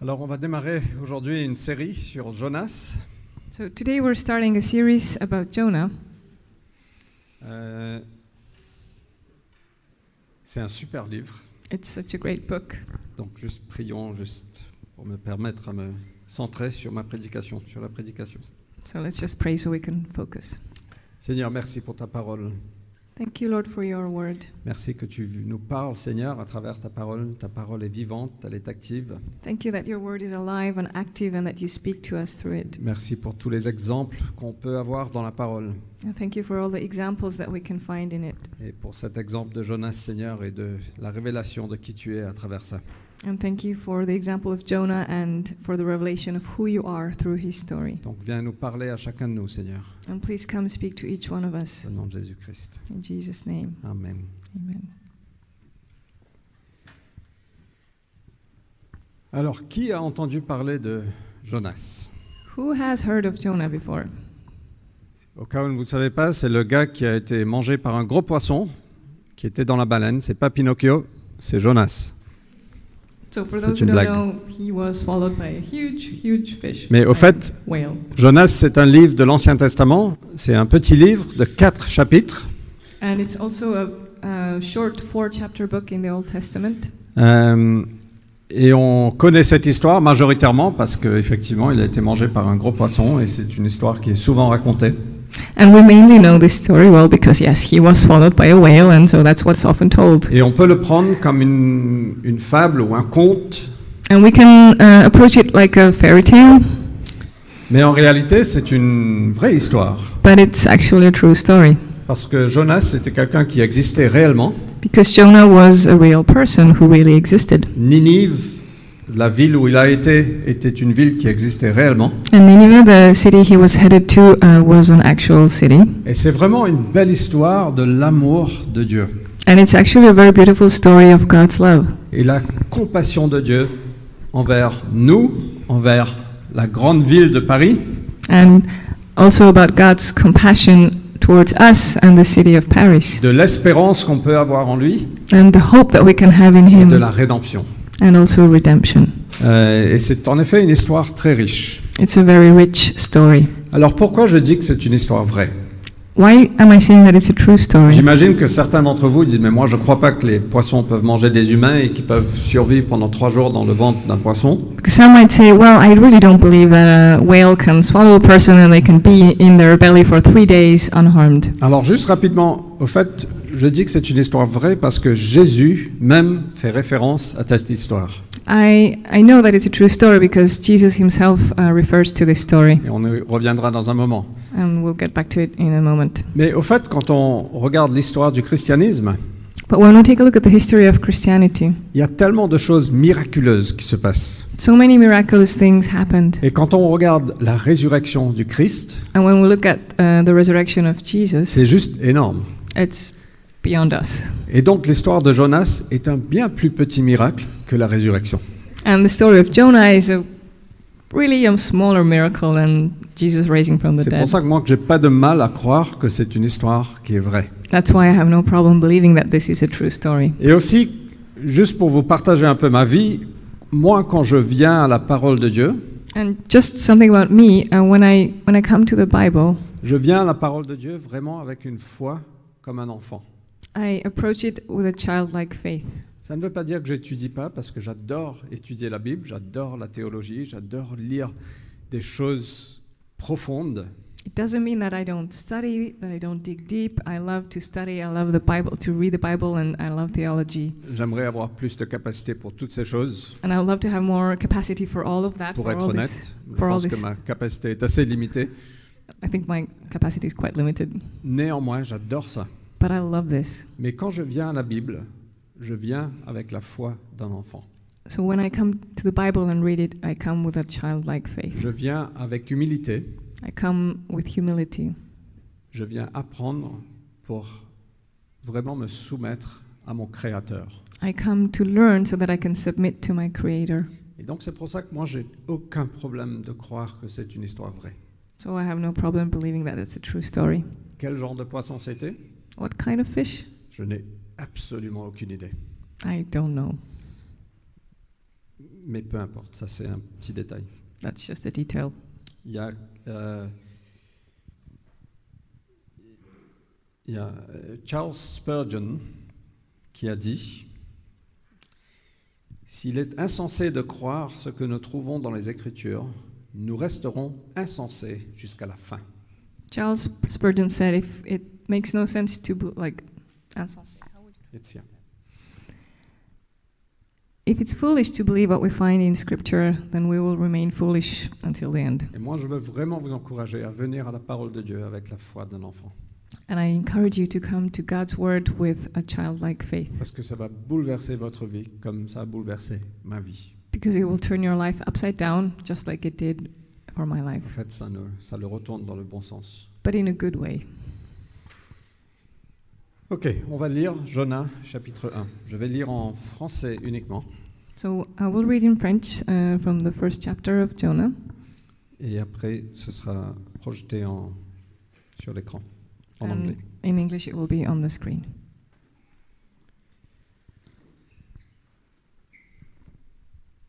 Alors, on va démarrer aujourd'hui une série sur Jonas. So today we're starting a series about Jonah. Euh, c'est un super livre. It's such a great book. Donc, juste prions, juste pour me permettre à me centrer sur ma prédication, sur la prédication. So let's just pray so we can focus. Seigneur, merci pour ta parole. Thank you, Lord, for your word. Merci que tu nous parles, Seigneur, à travers ta parole. Ta parole est vivante, elle est active. Thank you that your word is alive and active and that you speak to us through it. Merci pour tous les exemples qu'on peut avoir dans la parole. And thank you for all the examples that we can find in it. Et pour cet exemple de Jonas, Seigneur, et de la révélation de qui tu es à travers ça. And thank you for the example of Jonah and for the revelation of who you are through his story. Donc, viens nous parler à chacun de nous, Seigneur. And please come speak to each one of us Au nom de Jésus-Christ. in Jesus' name. Amen. Amen. Alors, qui a entendu parler de Jonas Who has heard of Jonah before? Au cas où vous ne savez pas, c'est le gars qui a été mangé par un gros poisson qui était dans la baleine. C'est pas Pinocchio, c'est Jonas. So for C'est those who une don't blague. know, he was swallowed by a huge, huge fish. Mais au by a fait- whale. Jonas, c'est un livre de l'Ancien Testament. C'est un petit livre de quatre chapitres. And it's also a, a short four-chapter book in the Old Testament. Euh, et on connaît cette histoire majoritairement parce qu'effectivement, il a été mangé par un gros poisson et c'est une histoire qui est souvent racontée. And we mainly know this story well because, yes, he was swallowed by a whale, and so that's what's often told. Et on peut le prendre comme une, une fable ou un conte. And we can uh, approach it like a fairy tale, Mais en réalité, c'est une vraie histoire. but it's actually a true story. Parce que Jonas, c'était quelqu'un qui existait réellement. Because Jonah was a real person who really existed. Ninive, la ville où il a été, était une ville qui existait réellement. And Nineveh, the city he was headed to, uh, was an actual city. Et c'est vraiment une belle histoire de l'amour de Dieu And it's actually a very beautiful story of God's love et la compassion de Dieu envers nous, envers la grande ville de Paris, and also about God's compassion towards us and the city of Paris de l'espérance qu'on peut avoir en lui and the hope that we can have in et de him la rédemption. and also redemption. Euh, et c'est en effet une histoire très riche. It's a very rich story. Alors pourquoi je dis que c'est une histoire vraie Why am I saying that it's a true story? J'imagine que certains d'entre vous disent mais moi je crois pas que les poissons peuvent manger des humains et qu'ils peuvent survivre pendant trois jours dans le ventre d'un poisson. Because some might say, well, I really don't believe that a whale can swallow a person and they can be in their belly for three days unharmed. Alors juste rapidement, au fait, je dis que c'est une histoire vraie parce que Jésus même fait référence à cette histoire. I, I know that it's a true story because Jesus himself uh, refers to this story, Et on y reviendra dans un moment. and we'll get back to it in a moment. Mais au fait, quand on regarde l'histoire du christianisme, But when we take a look at the history of Christianity, il y a tellement de choses miraculeuses qui se passent. so many miraculous things happened. Et quand on regarde la résurrection du Christ, And when we look at uh, the resurrection of Jesus, c'est juste énorme. it's beyond us. Et donc l'histoire de Jonas est un bien plus petit miracle que la résurrection. And the story of Jonah is a really a smaller miracle than Jesus raising from the C'est dead. pour ça que moi, que j'ai pas de mal à croire que c'est une histoire qui est vraie. That's why I have no problem believing that this is a true story. Et aussi, juste pour vous partager un peu ma vie, moi, quand je viens à la parole de Dieu, And just something about me, uh, when I when I come to the Bible, je viens à la parole de Dieu vraiment avec une foi comme un enfant. I approach it with a childlike faith. Ça ne veut pas dire que j'étudie pas, parce que j'adore étudier la Bible, j'adore la théologie, j'adore lire des choses profondes. It doesn't mean that I don't study, that I don't dig deep. I love to study, I love the Bible, to read the Bible, and I love theology. J'aimerais avoir plus de capacité pour toutes ces choses. And I would love to have more capacity for all of that. Pour for être all this. honnête, je for all pense que this. ma capacité est assez limitée. I think my capacity is quite limited, Néanmoins, j'adore ça. but I love this. Mais quand je viens à la Bible, je viens avec la foi d'un enfant. So when I come to the Bible and read it, I come with a childlike faith. Je viens avec humilité. I come with humility. Je viens apprendre pour vraiment me soumettre à mon Créateur. I come to learn so that I can submit to my Creator. Et donc c'est pour ça que moi j'ai aucun problème de croire que c'est une histoire vraie. So I have no problem believing that it's a true story. Quel genre de poisson c'était What kind of fish? Je n'ai absolument aucune idée. I don't know. Mais peu importe, ça c'est un petit détail. That's just a detail. Il y a, euh, il y a, euh, Charles Spurgeon qui a dit S'il est insensé de croire ce que nous trouvons dans les Écritures, nous resterons insensés jusqu'à la fin. Charles Spurgeon said, "If it makes no sense to bel- like, It's here. if it's foolish to believe what we find in Scripture, then we will remain foolish until the end." Et moi, je veux vraiment vous encourager à venir à la parole de Dieu avec la foi d'un enfant, And I encourage you to come to God's word with a childlike faith, parce que ça va bouleverser votre vie comme ça a bouleversé ma vie. because it will turn your life upside down, just like it did for my En life, fait, ça, ne- ça le retourne dans le bon sens. but in a good way. Ok, on va lire Jonas chapitre 1. Je vais lire en français uniquement. So I will read in French uh, from the first chapter of Jonah. Et après, ce sera projeté en, sur l'écran, en and anglais. In English, it will be on the screen.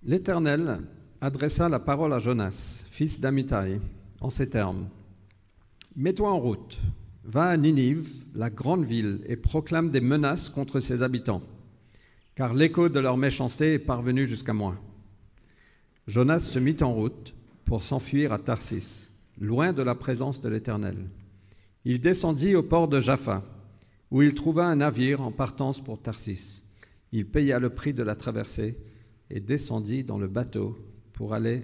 L'Éternel adressa la parole à Jonas, fils d'Amitai, en ces termes. Mets-toi en route, va à Ninive, la grande ville, et proclame des menaces contre ses habitants, car l'écho de leur méchanceté est parvenu jusqu'à moi. Jonas se mit en route pour s'enfuir à Tarsis, loin de la présence de l'Éternel. Il descendit au port de Jaffa, où il trouva un navire en partance pour Tarsis. Il paya le prix de la traversée et descendit dans le bateau pour aller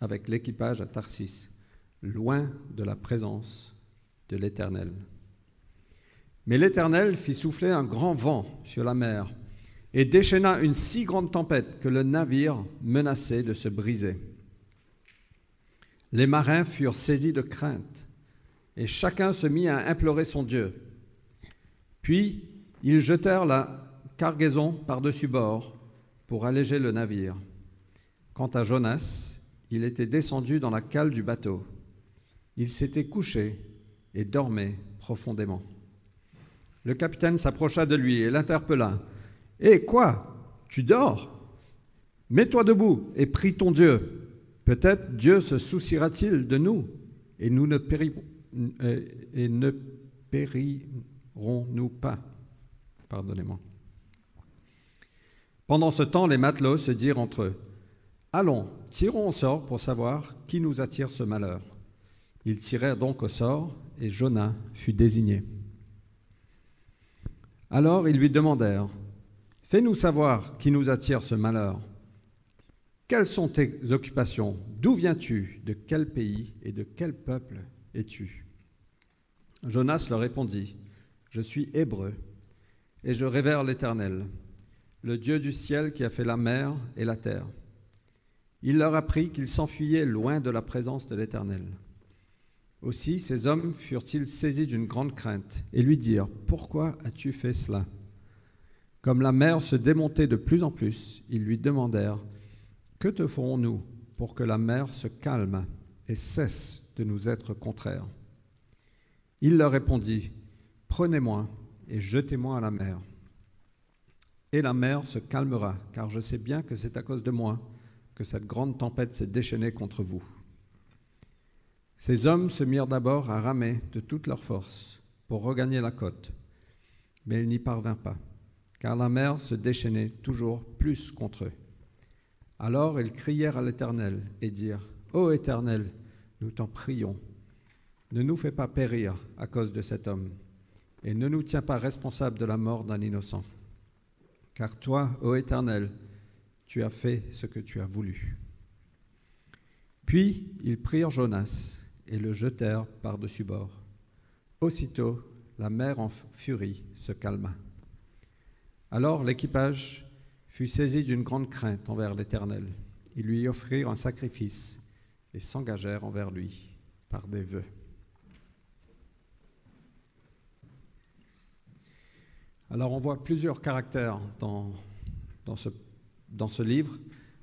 avec l'équipage à Tarsis, loin de la présence de l'Éternel. Mais l'Éternel fit souffler un grand vent sur la mer et déchaîna une si grande tempête que le navire menaçait de se briser. Les marins furent saisis de crainte et chacun se mit à implorer son Dieu. Puis ils jetèrent la cargaison par-dessus bord pour alléger le navire. Quant à Jonas, il était descendu dans la cale du bateau. Il s'était couché et dormait profondément. Le capitaine s'approcha de lui et l'interpella. Eh quoi Tu dors Mets-toi debout et prie ton Dieu. Peut-être Dieu se souciera-t-il de nous et nous ne périrons, euh, et ne périrons-nous pas. Pardonnez-moi. Pendant ce temps, les matelots se dirent entre eux Allons, tirons au sort pour savoir qui nous attire ce malheur. Ils tirèrent donc au sort et Jonas fut désigné. Alors ils lui demandèrent Fais-nous savoir qui nous attire ce malheur. Quelles sont tes occupations D'où viens-tu De quel pays et de quel peuple es-tu Jonas leur répondit Je suis hébreu et je révère l'Éternel, le Dieu du ciel qui a fait la mer et la terre. Il leur apprit qu'ils s'enfuyaient loin de la présence de l'Éternel. Aussi ces hommes furent-ils saisis d'une grande crainte et lui dirent Pourquoi as-tu fait cela Comme la mer se démontait de plus en plus, ils lui demandèrent que te ferons-nous pour que la mer se calme et cesse de nous être contraire Il leur répondit, Prenez-moi et jetez-moi à la mer. Et la mer se calmera, car je sais bien que c'est à cause de moi que cette grande tempête s'est déchaînée contre vous. Ces hommes se mirent d'abord à ramer de toute leur force pour regagner la côte, mais ils n'y parvinrent pas, car la mer se déchaînait toujours plus contre eux. Alors ils crièrent à l'Éternel et dirent, Ô Éternel, nous t'en prions, ne nous fais pas périr à cause de cet homme, et ne nous tiens pas responsables de la mort d'un innocent. Car toi, ô Éternel, tu as fait ce que tu as voulu. Puis ils prirent Jonas et le jetèrent par-dessus bord. Aussitôt, la mer en furie se calma. Alors l'équipage fut saisi d'une grande crainte envers l'Éternel. Ils lui offrirent un sacrifice et s'engagèrent envers lui par des vœux. Alors on voit plusieurs caractères dans, dans, ce, dans ce livre.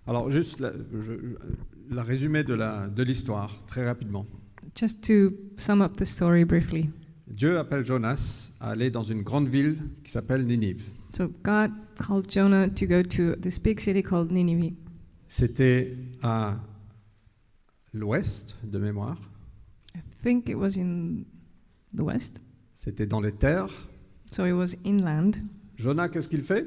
Alors juste la, je- je- la résumé de la- de l'histoire, très rapidement. Just to sum up the story briefly. Dieu appelle Jonas à aller dans une grande ville qui s'appelle Ninive. So God called Jonah to go to this big city called Nineveh. C'était à l'ouest de mémoire. I think it was in the west. C'était dans les terres. So it was inland. Jonah, qu'est-ce qu'il fait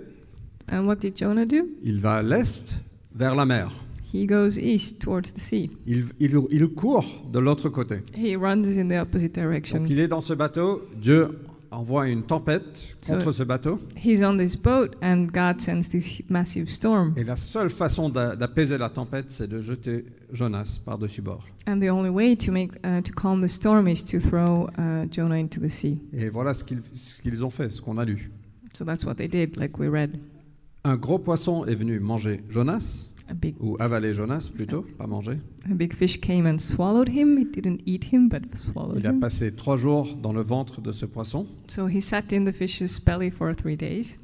And what did Jonah do? Il va à l'est, vers la mer. He goes east towards the sea. Il, il- il court de l'autre côté. He runs in the opposite Donc direction. il est dans ce bateau. Dieu envoie une tempête So- contre ce bateau. He's on this boat, and God sends this massive storm. Et la seule façon d'a- d'apaiser la tempête, c'est de jeter Jonas par-dessus bord. And the only way to make uh, to calm the storm is to throw uh, Jonah into the sea. Et voilà ce qu'ils ce qu'ils ont fait, ce qu'on a lu. So that's what they did, like we read. Un gros poisson est venu manger Jonas, A big ou avaler Jonas plutôt, pas manger. a big fish came and swallowed him. It didn't eat him, but swallowed Il a him. passé trois jours dans le ventre de ce poisson. So he sat in the fish's belly for three days.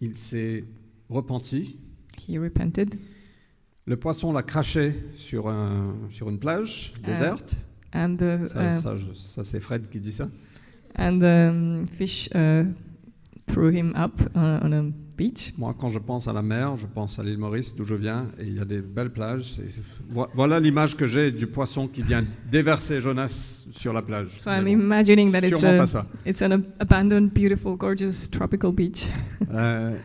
Il s'est repenti. He repented, Le poisson l'a craché sur, un, sur une plage Ah. déserte. and the Ça, uh, ça, je- ça, c'est Fred qui dit ça. and the um, fish uh, threw him up uh, on a beach. Moi, quand je pense à la mer, je pense à l'île Maurice, d'où je viens, et il y a des belles plages. C'est- vo- Voilà l'image que j'ai du poisson qui vient déverser Jonas sur la bah, plage. So I'm Mais bon, imagining that it's Sûrement a pas ça. it's an ab- abandoned, beautiful, gorgeous tropical beach. Euh,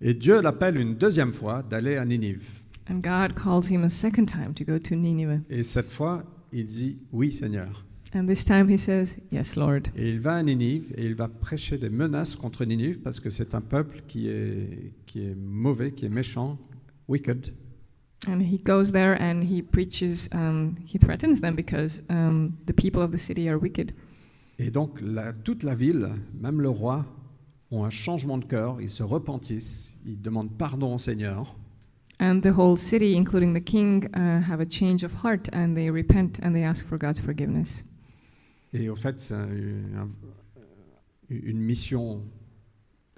et Dieu l'appelle une deuxième fois d'aller à Ninive. And God calls him a second time to go to Nineveh. Et cette fois, il dit oui, Seigneur. And this time he says, Yes, Lord. Et il va à Ninive et il va prêcher des menaces contre Ninive parce que c'est un peuple qui est, qui est mauvais, qui est méchant, wicked. And he goes there and he preaches, um, he threatens them because um, the people of the city are wicked. Et donc la- toute la ville, même le roi, ont un changement de cœur, ils se repentissent, ils demandent pardon au Seigneur. And the whole city, including the king, uh, have a change of heart and they repent and they ask for God's forgiveness. Et au fait, c'est un- un- une mission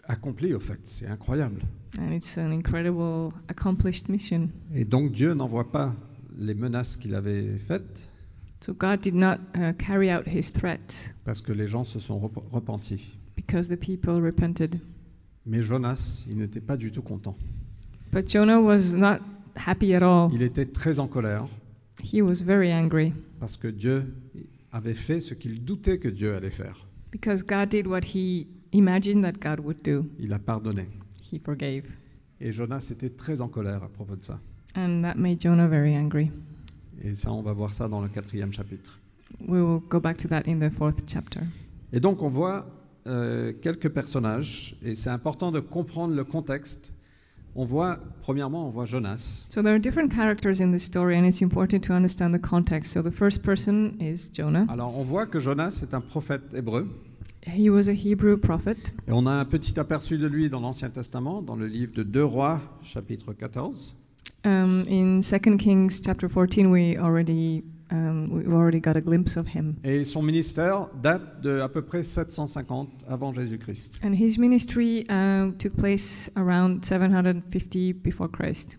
accomplie, au fait, c'est incroyable. And it's an incredible, accomplished mission. Et donc Dieu n'envoie pas les menaces qu'il avait faites So God did not uh, carry out his threats parce que les gens se sont rep- repentis. because the people repented. Mais Jonas, il n'était pas du tout content. But Jonah was not happy at all. Il était très en colère He was very angry parce que Dieu avait fait ce qu'il doutait que Dieu allait faire. because God did what he imagined that God would do. Il a pardonné. He forgave. Et Jonas était très en colère à propos de ça. And that made Jonah very angry. Et ça, on va voir ça dans le quatrième chapitre. We will go back to that in the fourth chapter. Et donc, on voit euh, quelques personnages, et c'est important de comprendre le contexte. On voit, premièrement, on voit Jonas. So there are different characters in this story, and it's important to understand the context. So the first person is Jonah. Alors, on voit que Jonas est un prophète hébreu, He was a Hebrew prophet, et on a un petit aperçu de lui dans l'Ancien Testament, dans le livre de Deux Rois, chapitre 14. Um, in 2 Kings chapter 14, we already um, we already got a glimpse of him, Et son ministère date de à peu près 750 avant Jésus-Christ. and his ministry um, took place around 750 before Christ.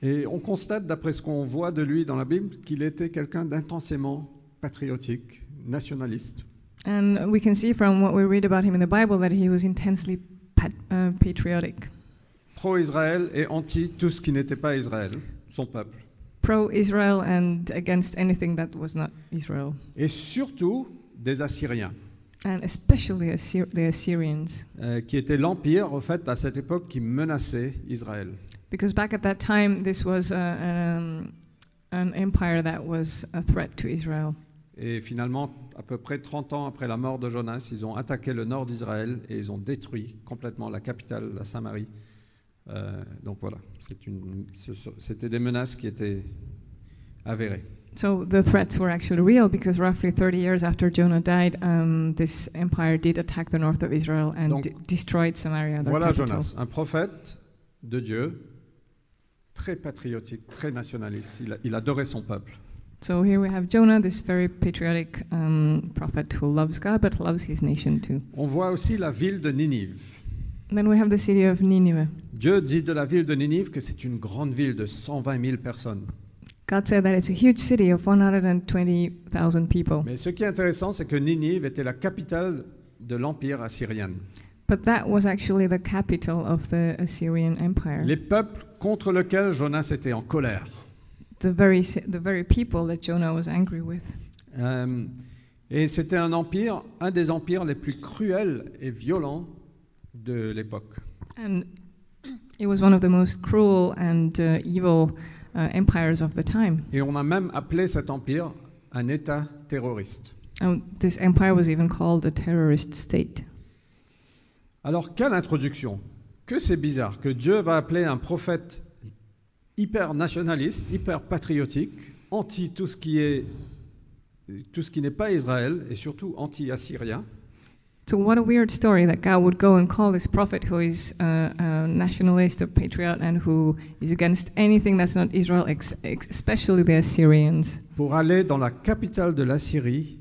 Et on constate, d'après ce qu'on voit de lui dans la Bible, qu'il était quelqu'un d'intensément patriotique, nationaliste. And we can see from what we read about him in the Bible that he was intensely pat- uh, patriotic, pro-Israël et anti tout ce qui n'était pas Israël, son peuple. pro-Israel, and against anything that was not Israel, Et surtout des Assyriens, and especially Assyr- the Assyrians, euh, qui étaient l'empire, au fait, à cette époque, qui menaçait Israël. because back at that time this was uh, um, an empire that was a threat to Israel. Et finalement, à peu près 30 ans après la mort de Jonas, ils ont attaqué le nord d'Israël et ils ont détruit complètement la capitale, la Samarie. Euh, donc voilà, c'est une- ce- ce- c'était des menaces qui étaient avérées. So the threats were actually real because roughly 30 years after Jonah died, um, this empire did attack the north of Israel and Donc, d- destroyed Samaria. their Voilà capital. Jonas, un prophète de Dieu, très patriotique, très nationaliste. Il, il adorait son peuple. So here we have Jonah, this very patriotic um, prophet who loves God but loves his nation too. On voit aussi la ville de Ninive. And then we have the city of Nineveh. Dieu dit de la ville de Ninive que c'est une grande ville de 120 000 personnes. God said that it's a huge city of 120,000 people. Mais ce qui est intéressant, c'est que Ninive était la capitale de l'empire assyrien. But that was actually the capital of the Assyrian Empire. Les peuples contre lesquels Jonas était en colère. The very, s- the very people that Jonah was angry with. Euh, et c'était un empire, un des empires les plus cruels et violents de l'époque. And it was one of the most cruel and uh, evil uh, empires of the time. Et on a même appelé cet empire un État terroriste. And this empire was even called a terrorist state. Alors, quelle introduction Que c'est bizarre que Dieu va appeler un prophète hyper nationaliste, hyper patriotique, anti tout ce qui est tout ce qui n'est pas Israël et surtout anti-assyrien. So, what a weird story that God would go and call this prophet who is uh, a nationalist, a patriot, and who is against anything that's not Israel, ex- ex- especially the Assyrians, pour aller dans la capitale de la Syrie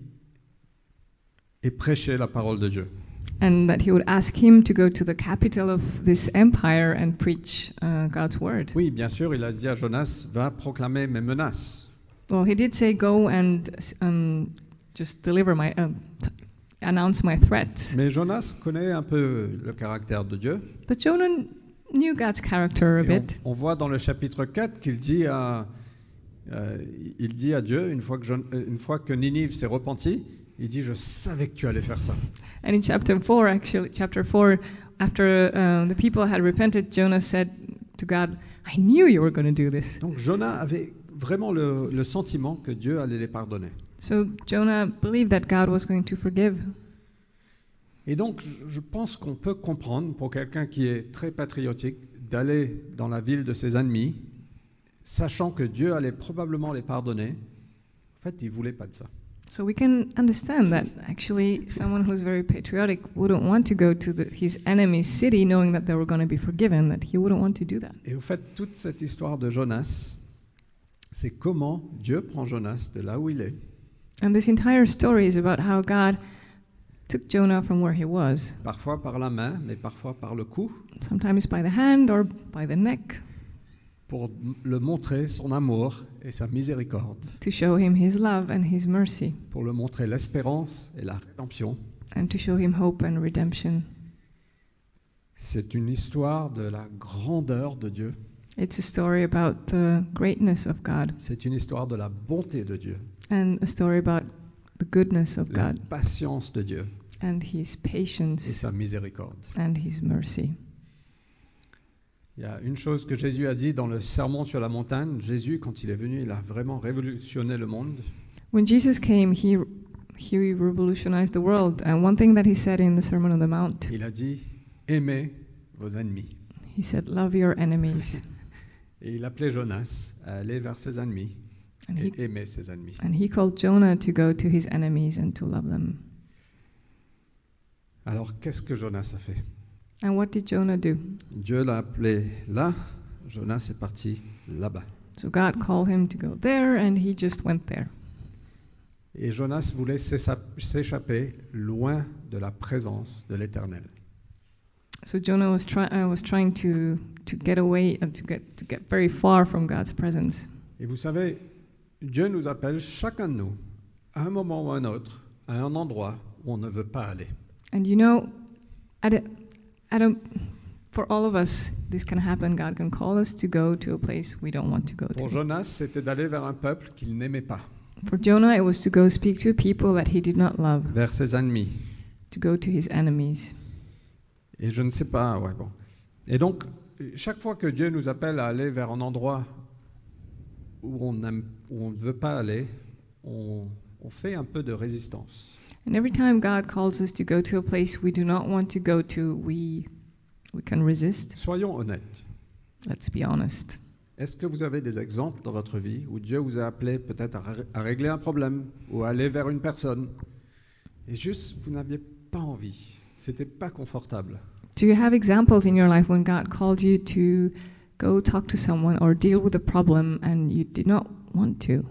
et prêcher la parole de Dieu. and that he would ask him to go to the capital of this empire and preach uh, God's word. Oui, bien sûr, il a dit à Jonas, va proclamer mes menaces. Well, he did say, "Go and um, just deliver my um, t- announce my threats." Mais Jonas connaît un peu le caractère de Dieu. But Jonah knew God's character a Et bit. on, on voit dans le chapitre 4 qu'il dit à, euh, il dit à Dieu, une fois, que Jon- euh, une fois que Ninive s'est repentie, il dit, je savais que tu allais faire ça. And in chapter four, actually, chapter four, after uh, the people had repented, Jonah said to God, "I knew you were going to do this." Donc Jonas avait vraiment le, le sentiment que Dieu allait les pardonner. So Jonah believed that God was going to forgive. Et donc, je- je pense qu'on peut comprendre, pour quelqu'un qui est très patriotique, d'aller dans la ville de ses ennemis, sachant que Dieu allait probablement les pardonner. En fait, il ne voulait pas de ça. So we can understand that actually someone who's very patriotic wouldn't want to go to the, his enemy's city knowing that they were going to be forgiven, that he wouldn't want to do that. Et au fait, toute cette histoire de Jonas, c'est comment Dieu prend Jonas de là où il est, And this entire story is about how God took Jonah from where he was, parfois par la main, mais parfois par le cou, sometimes by the hand or by the neck, pour m- le montrer son amour et sa miséricorde, to show him his love and his mercy, pour le montrer l'espérance et la rédemption. and to show him hope and redemption. C'est une histoire de la grandeur de Dieu. It's a story about the greatness of God C'est une histoire de la bonté de Dieu, and a story about the goodness of la God patience de Dieu and his et patience sa miséricorde. and his mercy. Il y a une chose que Jésus a dit dans le sermon sur la montagne. Jésus, quand il est venu, il a vraiment révolutionné le monde. When Jesus came, he he revolutionized the world. And one thing that he said in the Sermon on the Mount, Il a dit aimez vos ennemis. he said, "Love your enemies." Et il appelait Jonas à aller vers ses ennemis And he et aimer ses ennemis. And he called Jonah to go to his enemies and to love them. Alors qu'est-ce que Jonas a fait And what did Jonah do? Dieu l'a appelé là. Jonas est parti là-bas. So God called him to go there, and he just went there. Et Jonas voulait s'ésa- s'échapper loin de la présence de l'Éternel. So Jonah was, try- uh, was trying to, to get away and to get, to get very far from God's presence. Et vous savez, Dieu nous appelle chacun de nous, à un moment ou à un autre, à un endroit où on ne veut pas aller. And you know, at a, at a, for all of us, this can happen. God can call us to go to a place we don't want to go Pour to. Jonas, c'était d'aller vers un peuple qu'il n'aimait pas, For Jonah, it was to go speak to people that he did not love, vers ses ennemis. to go to his enemies. Et je ne sais pas, ouais, bon. Et donc, chaque fois que Dieu nous appelle à aller vers un endroit où on, n'aime- où on ne veut pas aller, on, on fait un peu de résistance. And every time God calls us to go to a place we do not want to go to, we we can resist. Soyons honnêtes. Let's be honest. Est-ce que vous avez des exemples dans votre vie où Dieu vous a appelé peut-être à, ré- à régler un problème ou à aller vers une personne et juste vous n'aviez pas envie, c'était pas confortable. Do you have examples in your life when God called you to go talk to someone or deal with a problem and you did not want to?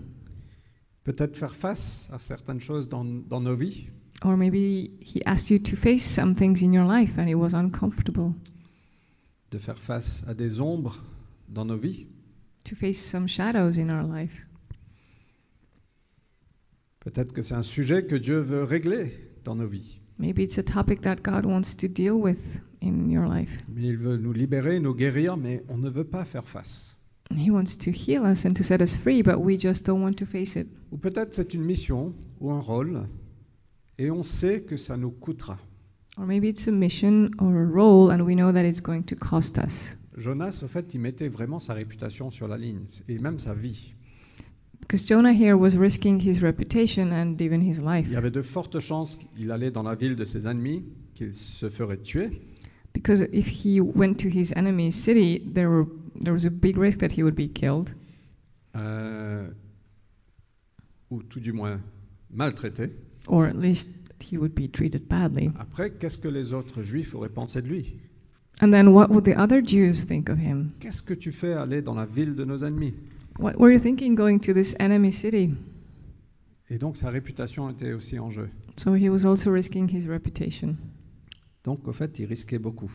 Peut-être faire face à certaines choses dans, dans nos vies. Or maybe he asked you to face some things in your life and it was uncomfortable de faire face à des ombres dans nos vies. to face some shadows in our life. Peut-être que c'est un sujet que Dieu veut régler dans nos vies. Maybe it's a topic that God wants to deal with in your life. Mais il veut nous libérer, nous guérir, mais on ne veut pas faire face. And He wants to heal us and to set us free, but we just don't want to face it. Ou peut-être c'est une mission ou un rôle, et on sait que ça nous coûtera. Or maybe it's a mission or a role, and we know that it's going to cost us. Jonas, au fait, il mettait vraiment sa réputation sur la ligne, et même sa vie. Because Jonah here was risking his reputation and even his life. Il y avait de fortes chances qu'il allait dans la ville de ses ennemis, qu'il se ferait tuer, Because if he went to his enemy's city, there, were, there was a big risk that he would be killed, euh, ou tout du moins maltraité. or at least he would be treated badly. Après, qu'est-ce que les autres juifs auraient pensé de lui And then what would the other Jews think of him? Qu'est-ce que tu fais aller dans la ville de nos ennemis What were you thinking going to this enemy city? Et donc sa réputation était aussi en jeu. So he was also risking his reputation. Donc au fait, il risquait beaucoup.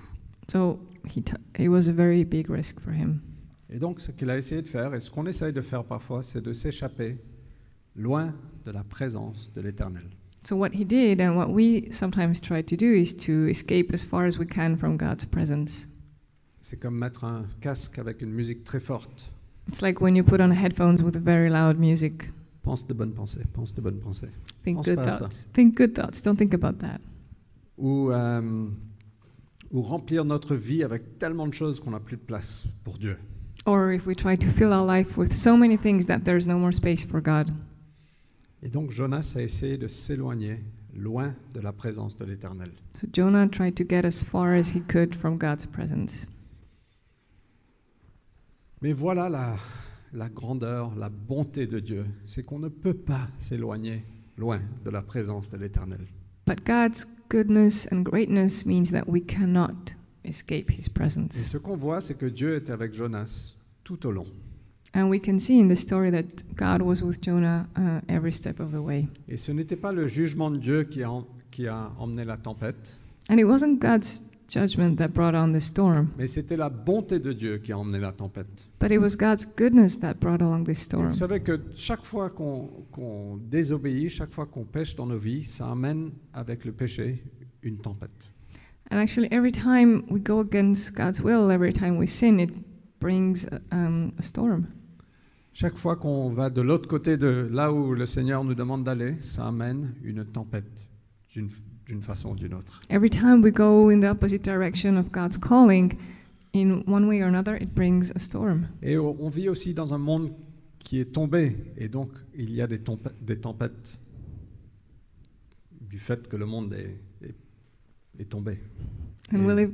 So he t- it was a very big risk for him. Et donc ce qu'il a essayé de faire, et ce qu'on essaye de faire parfois, c'est de s'échapper loin de la présence de l'Éternel. So what he did and what we sometimes try to do is to escape as far as we can from God's presence. C'est comme mettre un casque avec une musique très forte. It's like when you put on headphones with very loud music. Pense de bonnes pensées, pense de bonnes pensées. Think Pense good pas à ça. thoughts. Think good thoughts. Don't think about that. Ou, euh, ou remplir notre vie avec tellement de choses qu'on n'a plus de place pour Dieu. Or if we try to fill our life with so many things that there's no more space for God. Et donc Jonas a essayé de s'éloigner loin de la présence de l'Éternel. So Jonah tried to get as far as he could from God's presence. Mais voilà la, la grandeur, la bonté de Dieu, c'est qu'on ne peut pas s'éloigner loin de la présence de l'Éternel. But God's goodness and greatness means that we cannot escape his Et presence. ce qu'on voit, c'est que Dieu était avec Jonas tout au long. And we can see in the story that God was with Jonah uh, every step of the way. Et ce n'était pas le jugement de Dieu qui a, qui a emmené la tempête, And it wasn't God's judgment that brought on the storm, mais c'était la bonté de Dieu qui a emmené la tempête. but it was God's goodness that brought along this Et storm. vous savez que chaque fois qu'on qu'on désobéit, chaque fois qu'on pêche dans nos vies, ça amène avec le péché une tempête. And actually, every time we go against God's will, every time we sin, it brings uh, um, a storm. Chaque fois qu'on va de l'autre côté de là où le Seigneur nous demande d'aller, ça amène une tempête d'une d'une façon ou d'une autre. Every time we go in the opposite direction of God's calling, in one way or another, it brings a storm. Et on on vit aussi dans un monde qui est tombé, et donc il y a des, tempe- des tempêtes du fait que le monde est, est- est tombé. And we Yeah. live,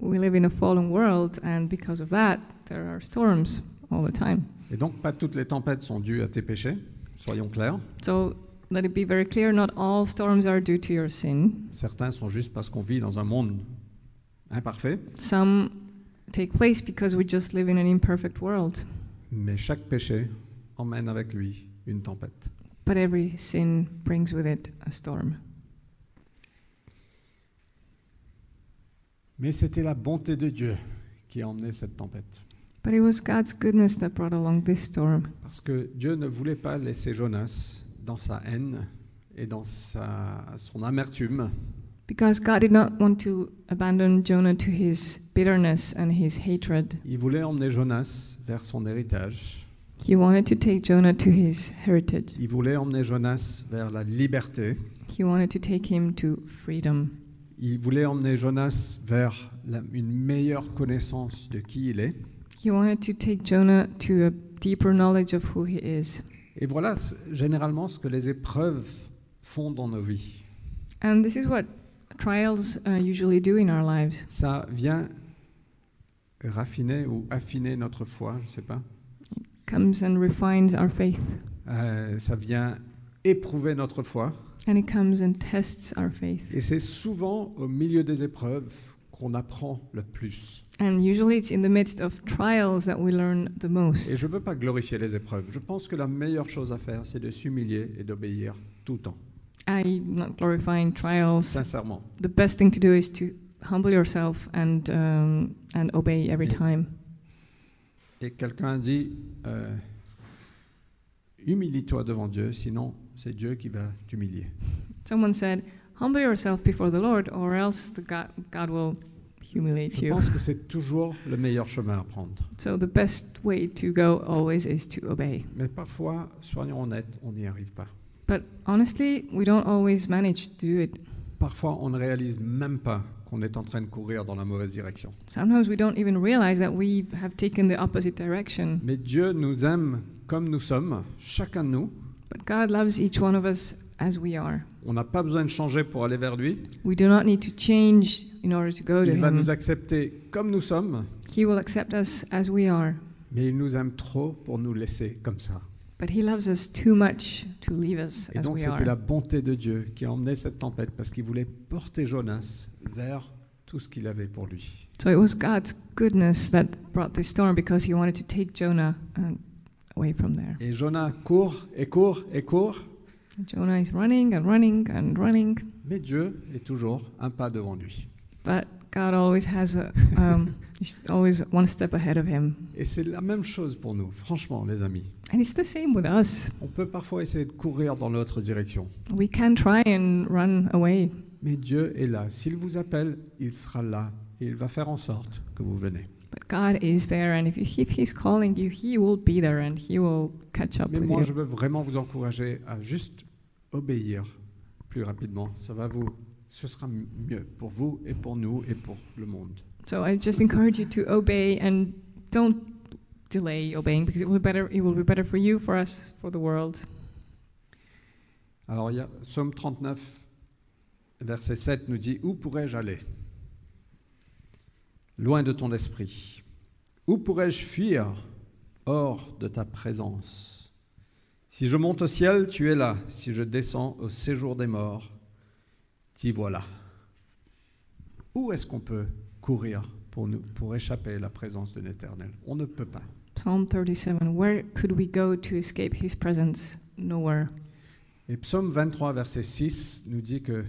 we live in a fallen world, and because of that, there are storms all the time. Et donc pas toutes les tempêtes sont dues à tes péchés, soyons clairs. So let it be very clear not all storms are due to your sin. Certains sont juste parce qu'on vit dans un monde imparfait, Some take place because we just live in an imperfect world. mais chaque péché emmène avec lui une tempête. But every sin brings with it a storm. Mais c'était la bonté de Dieu qui a emmené cette tempête. But it was God's goodness that brought along this storm. Parce que Dieu ne voulait pas laisser Jonas dans sa haine et dans sa, son amertume. Because God did not want to abandon Jonah to his bitterness and his hatred. Il voulait emmener Jonas vers son héritage. He wanted to take Jonah to his heritage. Il voulait emmener Jonas vers la liberté. He wanted to take him to freedom. Il voulait emmener Jonas vers la- une meilleure connaissance de qui il est. He wanted to take Jonah to a deeper knowledge of who he is. Et voilà c- généralement ce que les épreuves font dans nos vies. And this is what trials uh, usually do in our lives. Ça vient raffiner ou affiner notre foi, je ne sais pas. comes and refines our faith, Euh, ça vient éprouver notre foi. and it comes and tests our faith. Et c'est souvent au milieu des épreuves qu'on apprend le plus. And usually it's in the midst of trials that we learn the most. Et je ne veux pas glorifier les épreuves. Je pense que la meilleure chose à faire, c'est de s'humilier et d'obéir tout le temps. I'm not glorifying trials. Sincèrement. The best thing to do is to humble yourself and um, and obey every Yeah. time. Et quelqu'un a dit, euh, humilie-toi devant Dieu, sinon c'est Dieu qui va t'humilier. Someone said, Humble yourself before the Lord, or else the God, God will humiliate Je you. pense que c'est toujours le meilleur chemin à prendre. So the best way to go always is to obey. Mais parfois, soyons honnêtes, on n'y arrive pas. But honestly, we don't always manage to do it. Parfois, on ne réalise même pas qu'on est en train de courir dans la mauvaise direction. Sometimes we don't even realize that we have taken the opposite direction. Mais Dieu nous aime comme nous sommes, chacun de nous. But God loves each one of us as we are. On n'a pas besoin de changer pour aller vers lui. We do not need to change in order to go to Il va Him. nous accepter comme nous sommes, He will accept us as we are. mais il nous aime trop pour nous laisser comme ça. But He loves us too much to leave us Et as donc we c'était are. la bonté de Dieu qui a emmené cette tempête parce qu'il voulait porter Jonas vers tout ce qu'il avait pour lui. So it was God's goodness that brought this storm because He wanted to take Jonah um, away from there. Et Jonas court et court et court, Jonah is running and running and running. mais Dieu est toujours un pas devant lui. But God always has a, um, he's always one step ahead of him. Et c'est la même chose pour nous, franchement les amis. And it's the same with us. On peut parfois essayer de courir dans l'autre direction, We can try and run away, mais Dieu est là. S'il vous appelle, il sera là et il va faire en sorte que vous venez. but God is there. And if, if He's calling you, He will be there and He will catch up Mais with moi je you. veux vraiment vous encourager à juste obéir plus rapidement. Ça va vous ce sera mieux pour vous et pour nous et pour le monde. So I just encourage you to obey and don't delay obeying because it will be better. It will be better for you, for us, for the world. Alors, il y a Psaume 39, verset 7 nous dit Où pourrais-je aller Loin de ton esprit. Où pourrais-je fuir hors de ta présence Si je monte au ciel, tu es là. Si je descends au séjour des morts, t'y voilà. Où est-ce qu'on peut courir pour, nous, pour échapper à la présence de l'Éternel On ne peut pas. Psalm 37. Where could we go to escape His presence? Nowhere. Et psaume 23, verset 6 nous dit que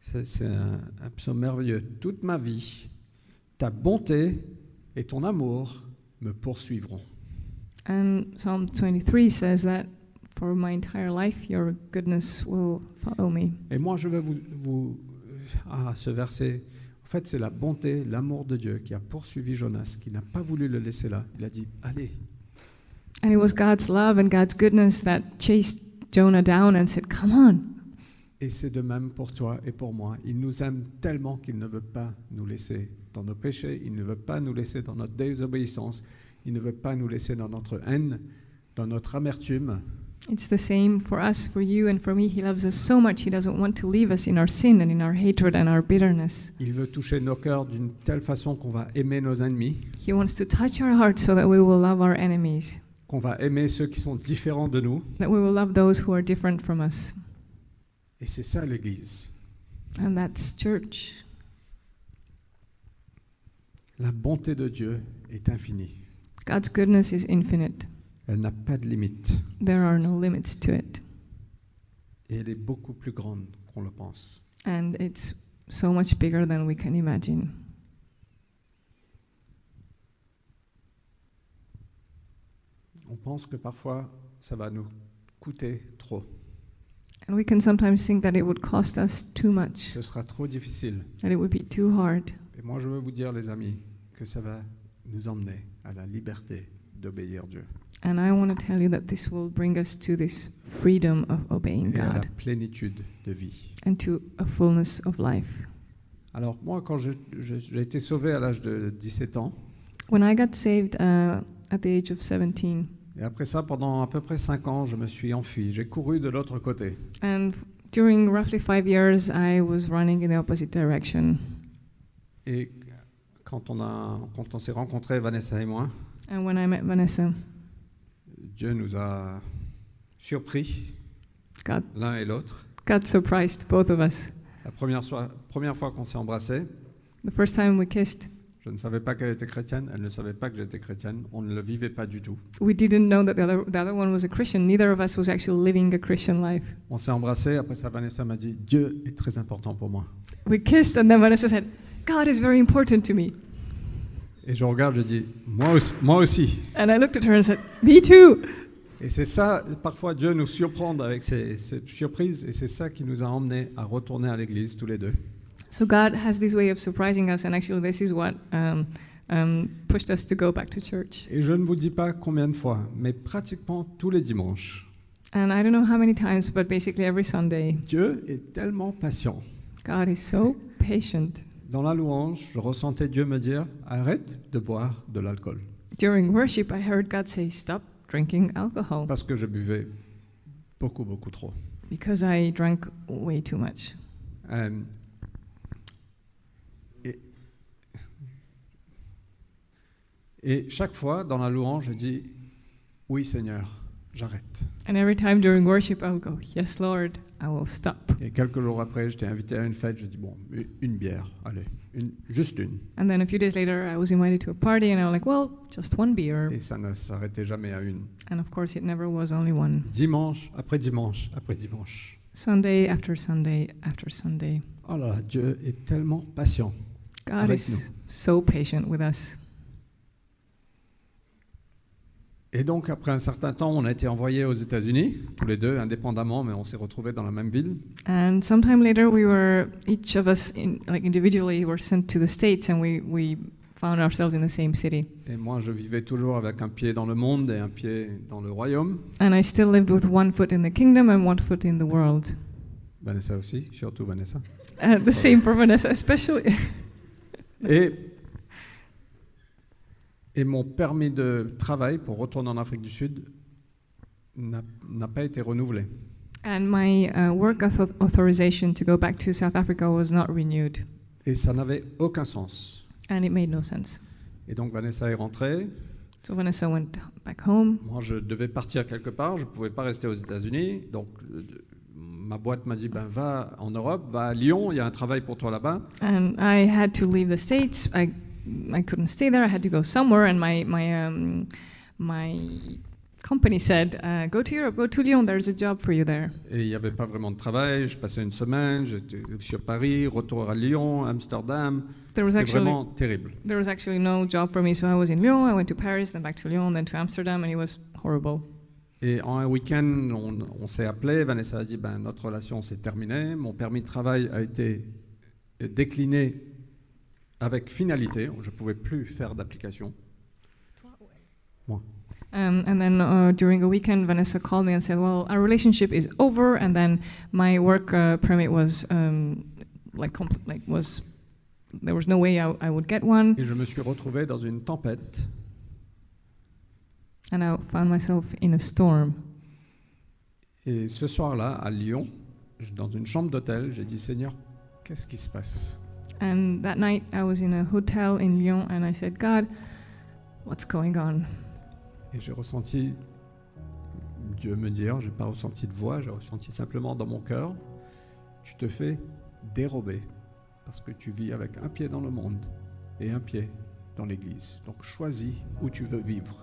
c'est c'est un, un psaume merveilleux. Toute ma vie, ta bonté et ton amour me poursuivront. And Psalm 23 says that for my entire life your goodness will follow me. Et moi, je veux vous. vous ah, ce verset. En fait, c'est la bonté, l'amour de Dieu qui a poursuivi Jonas, qui n'a pas voulu le laisser là. Il a dit Allez, And it was God's love and God's goodness that chased Jonah down and said, Come on. Et c'est de même pour toi et pour moi. Il nous aime tellement qu'il ne veut pas nous laisser dans nos péchés, il ne veut pas nous laisser dans notre désobéissance, il ne veut pas nous laisser dans notre haine, dans notre amertume. It's the same for us, for you, and for me. He loves us so much, He doesn't want to leave us in our sin and in our hatred and our bitterness. Il veut toucher nos cœurs d'une telle façon qu'on va aimer nos ennemis, He wants to touch our hearts so that we will love our enemies, qu'on va aimer ceux qui sont différents de nous. that we will love those who are different from us. Et c'est ça l'Église. And that's church. La bonté de Dieu est infinie. God's goodness is infinite, Elle n'a pas de limite. there are no limits to it. Et elle est beaucoup plus grande qu'on le pense. And it's so much bigger than we can imagine. On pense que parfois, ça va nous coûter trop. And we can sometimes think that it would cost us too much, Ce sera trop difficile. that it would be too hard. Et moi, je veux vous dire, les amis, que ça va nous emmener à la liberté d'obéir Dieu And I want to tell you that this will bring us to this freedom of obeying et à la God plénitude de vie. and to a fullness of life. Alors, moi, quand je- je- j'ai été sauvé à l'âge de 17 ans, When I got saved uh, at the age of 17, et après ça, pendant à peu près 5 ans, je me suis enfui. J'ai couru de l'autre côté. and f- during roughly five years, I was running in the opposite direction. Et quand on, a- quand on s'est rencontrés, Vanessa et moi, And when I met Vanessa, Dieu nous a surpris, God l'un et l'autre. God surprised both of us. La première, soir- première fois qu'on s'est embrassés, The first time we kissed, je ne savais pas qu'elle était chrétienne, elle ne savait pas que j'étais chrétienne, on ne le vivait pas du tout. we didn't know that the other, the other one was a Christian. Neither of us was actually living a Christian life. On s'est embrassés. Après ça, Vanessa m'a dit Dieu est très important pour moi. We kissed, and then Vanessa said, God is very important to me. Et je regarde, je dis Moi aussi. Moi aussi. And I looked at her and said, Me too. Et c'est ça, parfois Dieu nous surprend avec ses, ses surprises, et c'est ça qui nous a emmenés à retourner à l'église tous les deux. So God has this way of surprising us, and actually, this is what um, um, pushed us to go back to church. Et je ne vous dis pas combien de fois, mais pratiquement tous les dimanches, And I don't know how many times, but basically every Sunday, Dieu est tellement patient. God is so patient. Dans la louange, je ressentais Dieu me dire arrête de boire de l'alcool, During worship, I heard God say, "Stop drinking alcohol," parce que je buvais beaucoup, beaucoup trop. because I drank way too much. Euh, et, et chaque fois, dans la louange, je dis oui, Seigneur, j'arrête. And every time during worship, I would go, "Yes, Lord, I will stop." Et quelques jours après, j'étais invité à une fête, je dis bon, u- une bière, allez, une- juste une. And then a few days later, I was invited to a party, and I was like, "Well, just one beer." Et ça ne s'arrêtait jamais à une. And of course, it never was only one. Dimanche après dimanche après dimanche. Sunday after Sunday after Sunday. Oh là là, Dieu est tellement patient. God Avec is so patient with us. Et donc, après un certain temps, on a été envoyés aux États-Unis, tous les deux, indépendamment, mais on s'est retrouvés dans la même ville. And sometime later, we were each of us, in, like individually, were sent to the states, and we we found ourselves in the same city. Et moi, je vivais toujours avec un pied dans le monde et un pied dans le royaume. And I still lived with one foot in the kingdom and one foot in the world. Vanessa aussi, surtout Vanessa. Uh, the same for Vanessa, especially. Et, et mon permis de travail pour retourner en Afrique du Sud n'a n'a pas été renouvelé. And my uh, work author- authorization to go back to South Africa was not renewed, Et ça n'avait aucun sens. and it made no sense. Et donc Vanessa est rentrée. So Vanessa went back home. Moi, je devais partir quelque part. Je ne pouvais pas rester aux États-Unis. Donc, euh, ma boîte m'a dit ben, va en Europe, va à Lyon, il y a un travail pour toi là-bas. And Um, I had to leave the states. I I couldn't stay there. I had to go somewhere. And my my um, my company said, uh, "Go to Europe. Go to Lyon. There's a job for you there." Et il n'y avait pas vraiment de travail. Je passais une semaine, j'étais sur Paris, retour à Lyon, Amsterdam. There was C'était actually vraiment terrible. there was actually no job for me. So I was in Lyon. I went to Paris, then back to Lyon, then to Amsterdam, and it was horrible. Et en un week-end, on, on s'est appelé. Vanessa a dit ben, notre relation s'est terminée. Mon permis de travail a été décliné avec finalité. Je ne pouvais plus faire d'application. Um, and then uh, during a weekend, Vanessa called me and said, "Well, our relationship is over." And then my work uh, permit was um, like compl- like was there was no way I, I would get one. Et je me suis retrouvé dans une tempête. and I found myself in a storm. Et ce soir-là, à Lyon, je- dans une chambre d'hôtel, j'ai dit Seigneur, qu'est-ce qui se passe And that night I was in a hotel in Lyon and I said, God, what's going on? Et j'ai ressenti Dieu me dire, j'ai pas ressenti de voix, j'ai ressenti simplement dans mon cœur, tu te fais dérober parce que tu vis avec un pied dans le monde et un pied dans l'Église. Donc choisis où tu veux vivre.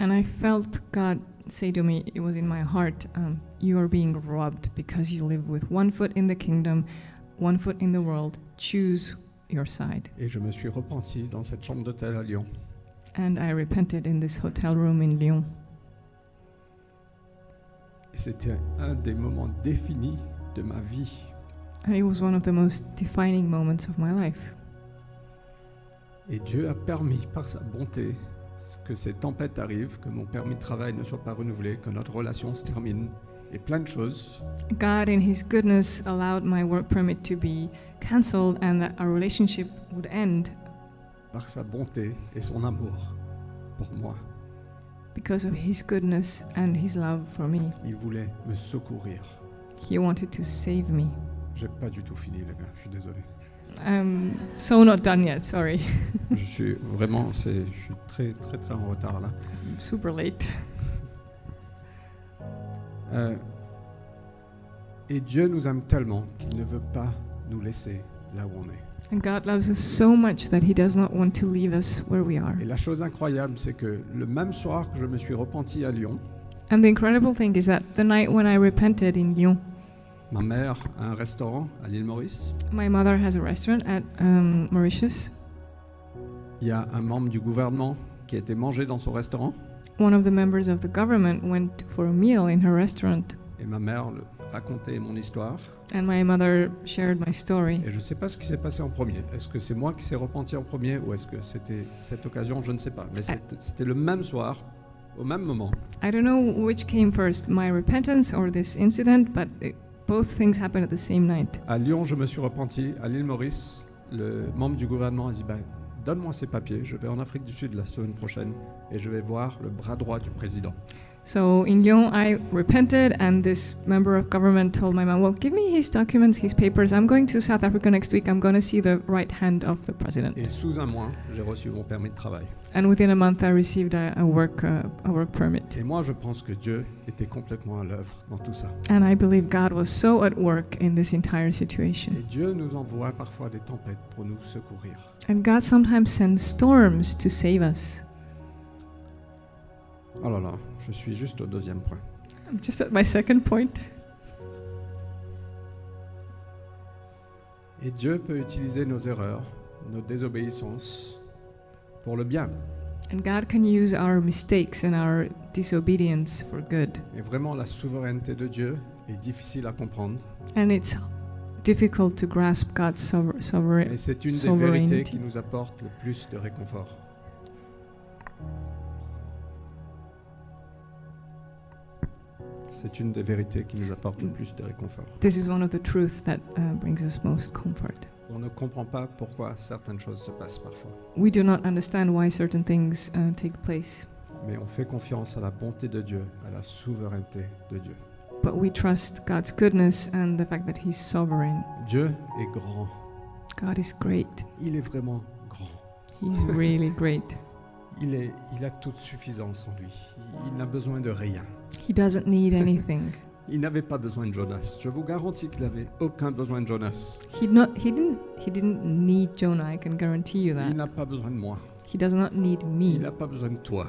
And I felt God say to me, it was in my heart, um, you are being robbed because you live with one foot in the kingdom, one foot in the world. Choose your side. Et je me suis repenti dans cette chambre d'hôtel à Lyon. And I repented in this hotel room in Lyon. Et c'était un des moments définis de ma vie. And it was one of the most defining moments of my life. Et Dieu a permis par sa bonté que ces tempêtes arrivent, que mon permis de travail ne soit pas renouvelé, que notre relation se termine et plein de choses. God, in His goodness, allowed my work permit to be cancelled and that our relationship would end Par sa bonté et son amour pour moi, because of His goodness and His love for me. il voulait me secourir. He wanted to save me. J'ai pas du tout fini, les gars, je suis désolé. I'm so not done yet, sorry. Je suis vraiment, c'est, je suis très, très, très en retard là. I'm super late. Euh, et Dieu nous aime tellement qu'il ne veut pas nous laisser là où on est. And God loves us so much that He does not want to leave us where we are. Et la chose incroyable, c'est que le même soir que je me suis repenti à Lyon, And the incredible thing is that the night when I repented in Lyon, Ma mère a un restaurant à l'île Maurice. my mother has a restaurant at um, Mauritius, Il y a un membre du gouvernement qui a été mangé dans son restaurant. one of the members of the government went for a meal in her restaurant, Et ma mère le- racontait mon histoire. and my mother shared my story. Et je ne sais pas ce qui s'est passé en premier. Est-ce que c'est moi qui s'est repenti en premier ou est-ce que c'était cette occasion Je ne sais pas. Mais c'est- c'était le même soir, au même moment. I don't know which came first, my repentance or this incident, but it, both things happened at the same night. À Lyon, je me suis repenti. À l'île Maurice, le membre du gouvernement a dit Ben, Donne-moi ces papiers, je vais en Afrique du Sud la semaine prochaine et je vais voir le bras droit du président. So in Lyon, I repented, and this member of government told my mom, Well, give me his documents, his papers. I'm going to South Africa next week. I'm going to see the right hand of the president. Et sous un mois, j'ai reçu mon permis de travail. And within a month, I received a, a, work, uh, a work permit. Et moi, je pense que Dieu était complètement à l'œuvre dans tout ça. And I believe God was so at work in this entire situation. Et Dieu nous envoie parfois des tempêtes pour nous secourir. And God sometimes sends storms to save us. Oh là là, je suis juste au deuxième point. I'm just at my second point. Et Dieu peut utiliser nos erreurs, nos désobéissances pour le bien. And God can use our mistakes and our disobedience for good. Et vraiment, la souveraineté de Dieu est difficile à comprendre. And it's difficult to grasp God's sover- sovereign. Mais c'est une des Sovereignty. vérités qui nous apporte le plus de réconfort. C'est une des vérités qui nous apporte le plus de réconfort. This is one of the truths that uh, brings us most comfort. On ne comprend pas pourquoi certaines choses se passent parfois. We do not understand why certain things uh, take place, Mais on fait confiance à la bonté de Dieu, à la souveraineté de Dieu. but we trust God's goodness and the fact that He's sovereign. Dieu est grand. God is great. Il est vraiment grand. He's really great. Il, est, il a toute suffisance en lui. Il n'a besoin de rien. He doesn't need anything. Il n'avait pas besoin de Jonas. Je vous garantis qu'il n'avait aucun besoin de Jonas. He not. He didn't. He didn't need Jonah. I can guarantee Il you that. n'a pas besoin de moi. He does not need Il me. n'a pas besoin de toi.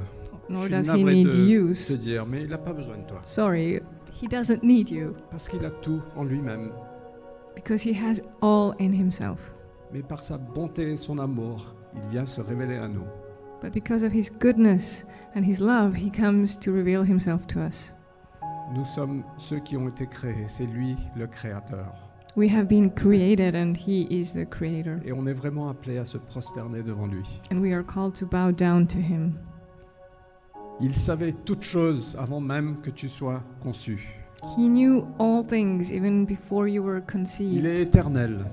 Nor suis does he navré need de you. Te dire, mais il n'a pas besoin de toi. Sorry, he doesn't need you Parce qu'il a tout en lui-même. because he has all in himself. Mais par sa bonté et son amour, il vient se révéler à nous. But because of his goodness and his love, he comes to reveal himself to us. Nous sommes ceux qui ont été créés. C'est lui le créateur. We have been created and he is the creator. Et on est vraiment appelé à se prosterner devant lui. And we are called to bow down to him. Il savait toutes choses avant même que tu sois conçu. He knew all things even before you were conceived. Il est éternel.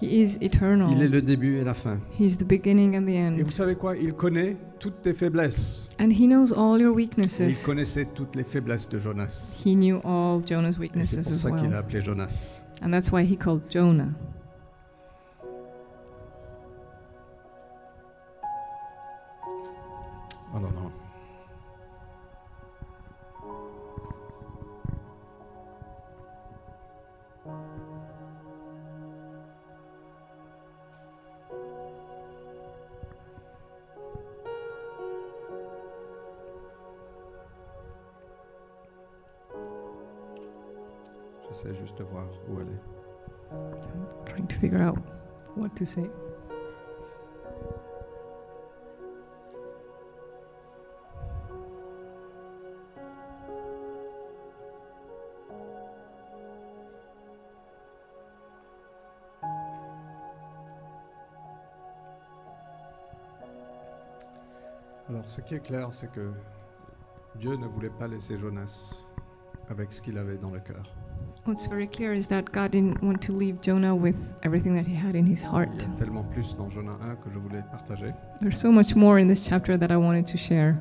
He is eternal. Il est le début et la fin. He's the beginning and the Et vous end. savez quoi Il connaît toutes tes faiblesses. And he knows all your Et il weaknesses. connaissait toutes les faiblesses de Jonas. He knew all Et Jonah's c'est weaknesses pour as ça qu'il a well. appelé Jonas. And that's why he called Jonah. Oh non, non. J'essaie juste de voir où elle est. Trying to figure out what to say. Alors, ce qui est clair, c'est que Dieu ne voulait pas laisser Jonas avec ce qu'il avait dans le cœur. What's very clear is that God didn't want to leave Jonah with everything that he had in his Il heart. y a tellement plus dans Jonas 1 que je voulais partager. There's so much more in this chapter that I wanted to share.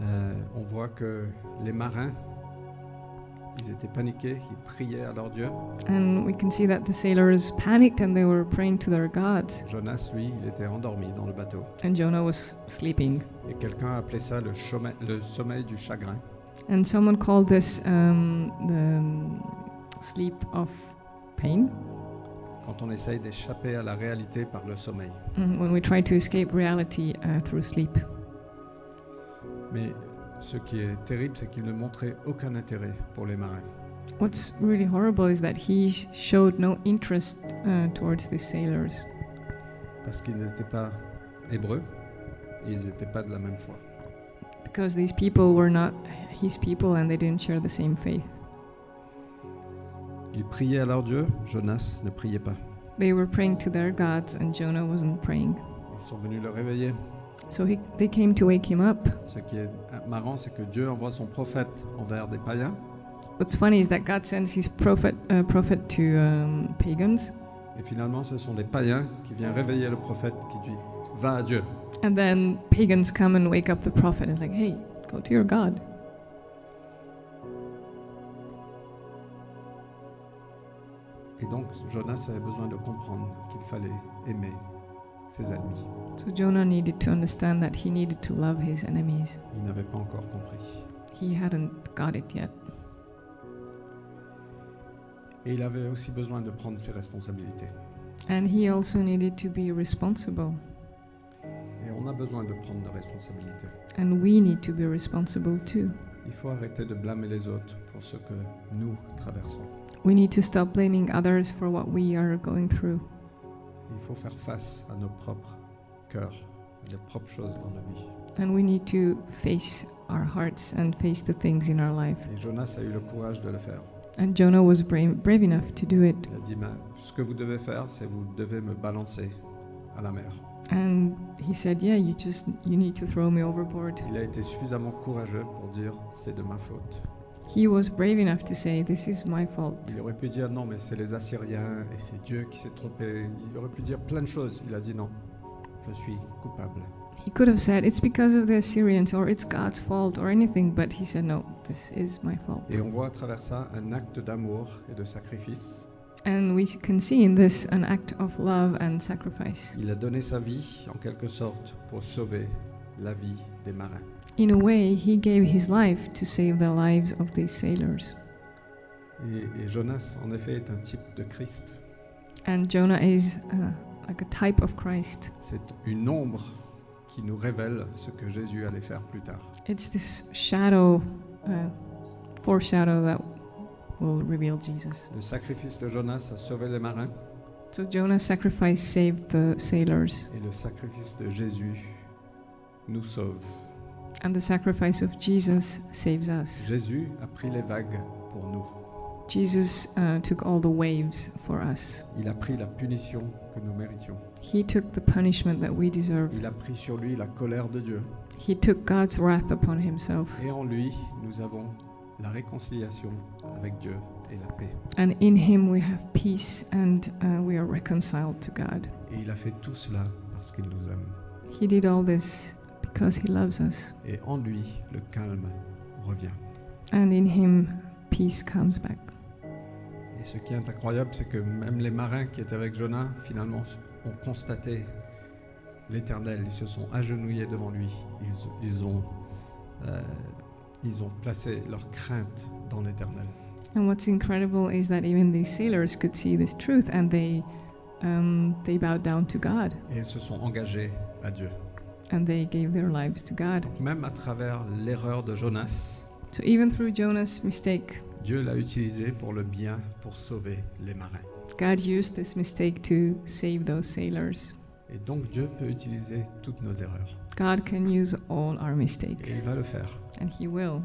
Euh, on voit que les marins, ils étaient paniqués, ils priaient à leur Dieu. And we can see that the sailors panicked and they were praying to their gods. Jonas, lui, il était endormi dans le bateau. And Jonah was sleeping. Et quelqu'un appelait ça le, chôme- le sommeil du chagrin. And someone called this um, the um, sleep of pain Quand on essaye d'échapper à la réalité par le sommeil. mm, when we try to escape reality uh, through sleep. Mais ce qui est terrible, c'est qu'il ne montrait aucun intérêt pour les marins. What's really horrible is that he sh- showed no interest uh, towards these sailors Parce qu'ils n'étaient pas hébreux, et ils n'étaient pas de la même foi. because these people were not his people and they didn't share the same faith. Ils priaient à leur Dieu, Jonas ne priait pas. They were praying to their gods and Jonah wasn't praying. Ils sont venus le réveiller. So he, they came to wake him up. Ce qui est marrant, c'est que Dieu envoie son prophète envers des païens What's funny is that God sends his prophet, uh, prophet to um, pagans et finalement ce sont les païens qui viennent réveiller le prophète qui dit va à Dieu. and then pagans come and wake up the prophet and like, hey, go to your God. Et donc Jonas avait besoin de comprendre qu'il fallait aimer ses ennemis. So Jonah needed to understand that he needed to love his enemies. Il n'avait pas encore compris. He hadn't got it yet. Et il avait aussi besoin de prendre ses responsabilités. And he also needed to be responsible. Et on a besoin de prendre nos responsabilités. And we need to be responsible too. Il faut arrêter de blâmer les autres pour ce que nous traversons. We need to stop blaming others for what we are going through. Il faut faire face à nos propres cœurs, les propres choses dans nos vies. And we need to face our hearts and face the things in our life. Et Jonas a eu le courage de le faire. And Jonah was brave, brave enough to do it. Il a dit, Ben, ce que vous devez faire, c'est vous devez me balancer à la mer. And he said, Yeah, you just, you need to throw me overboard. Il a été suffisamment courageux pour dire, c'est de ma faute. He was brave enough to say, This is my fault. Il aurait pu dire, non, mais c'est les Assyriens et c'est Dieu qui s'est trompé. Il aurait pu dire plein de choses. Il a dit, non, je suis coupable. He could have said, It's because of the Assyrians or it's God's fault or anything, but he said, No, this is my fault. Et on voit à travers ça un acte d'amour et de sacrifice. And we can see in this an act of love and sacrifice. Il a donné sa vie, en quelque sorte, pour sauver la vie des marins. In a way, he gave his life to save the lives of these sailors. Et, et Jonas, en effet, est un type de Christ. And Jonah is uh, like a type of Christ. C'est une ombre qui nous révèle ce que Jésus allait faire plus tard. It's this shadow, uh, foreshadow that will reveal Jesus. Le sacrifice de Jonas a sauvé les marins So Jonah's sacrifice saved the sailors, et le sacrifice de Jésus nous sauve. and the sacrifice of Jesus saves us. Jésus a pris les vagues pour nous. Jesus uh, took all the waves for us. Il a pris la punition que nous méritions. He took the punishment that we deserve. Il a pris sur lui la colère de Dieu. He took God's wrath upon himself. Et en lui, nous avons la réconciliation avec Dieu et la paix. And in him we have peace and uh, we are reconciled to God. Et il a fait tout cela parce qu'il nous aime. He did all this because he loves us. Et en lui, le calme revient. And in him peace comes back. Et ce qui est incroyable, c'est que même les marins qui étaient avec Jonas, finalement, ont constaté l'Éternel. Ils se sont agenouillés devant lui. Ils, ils ont, euh, ils ont placé leur crainte dans l'Éternel. And what's incredible is that even these sailors could see this truth and they um, they bowed down to God Et ils se sont engagés à Dieu. and they gave their lives to God. Donc même à travers l'erreur de Jonas, So even through Jonah's mistake, Dieu l'a utilisé pour le bien, pour sauver les marins. God used this mistake to save those sailors. Et donc Dieu peut utiliser toutes nos erreurs. God can use all our Et il mistakes va le faire. and he will.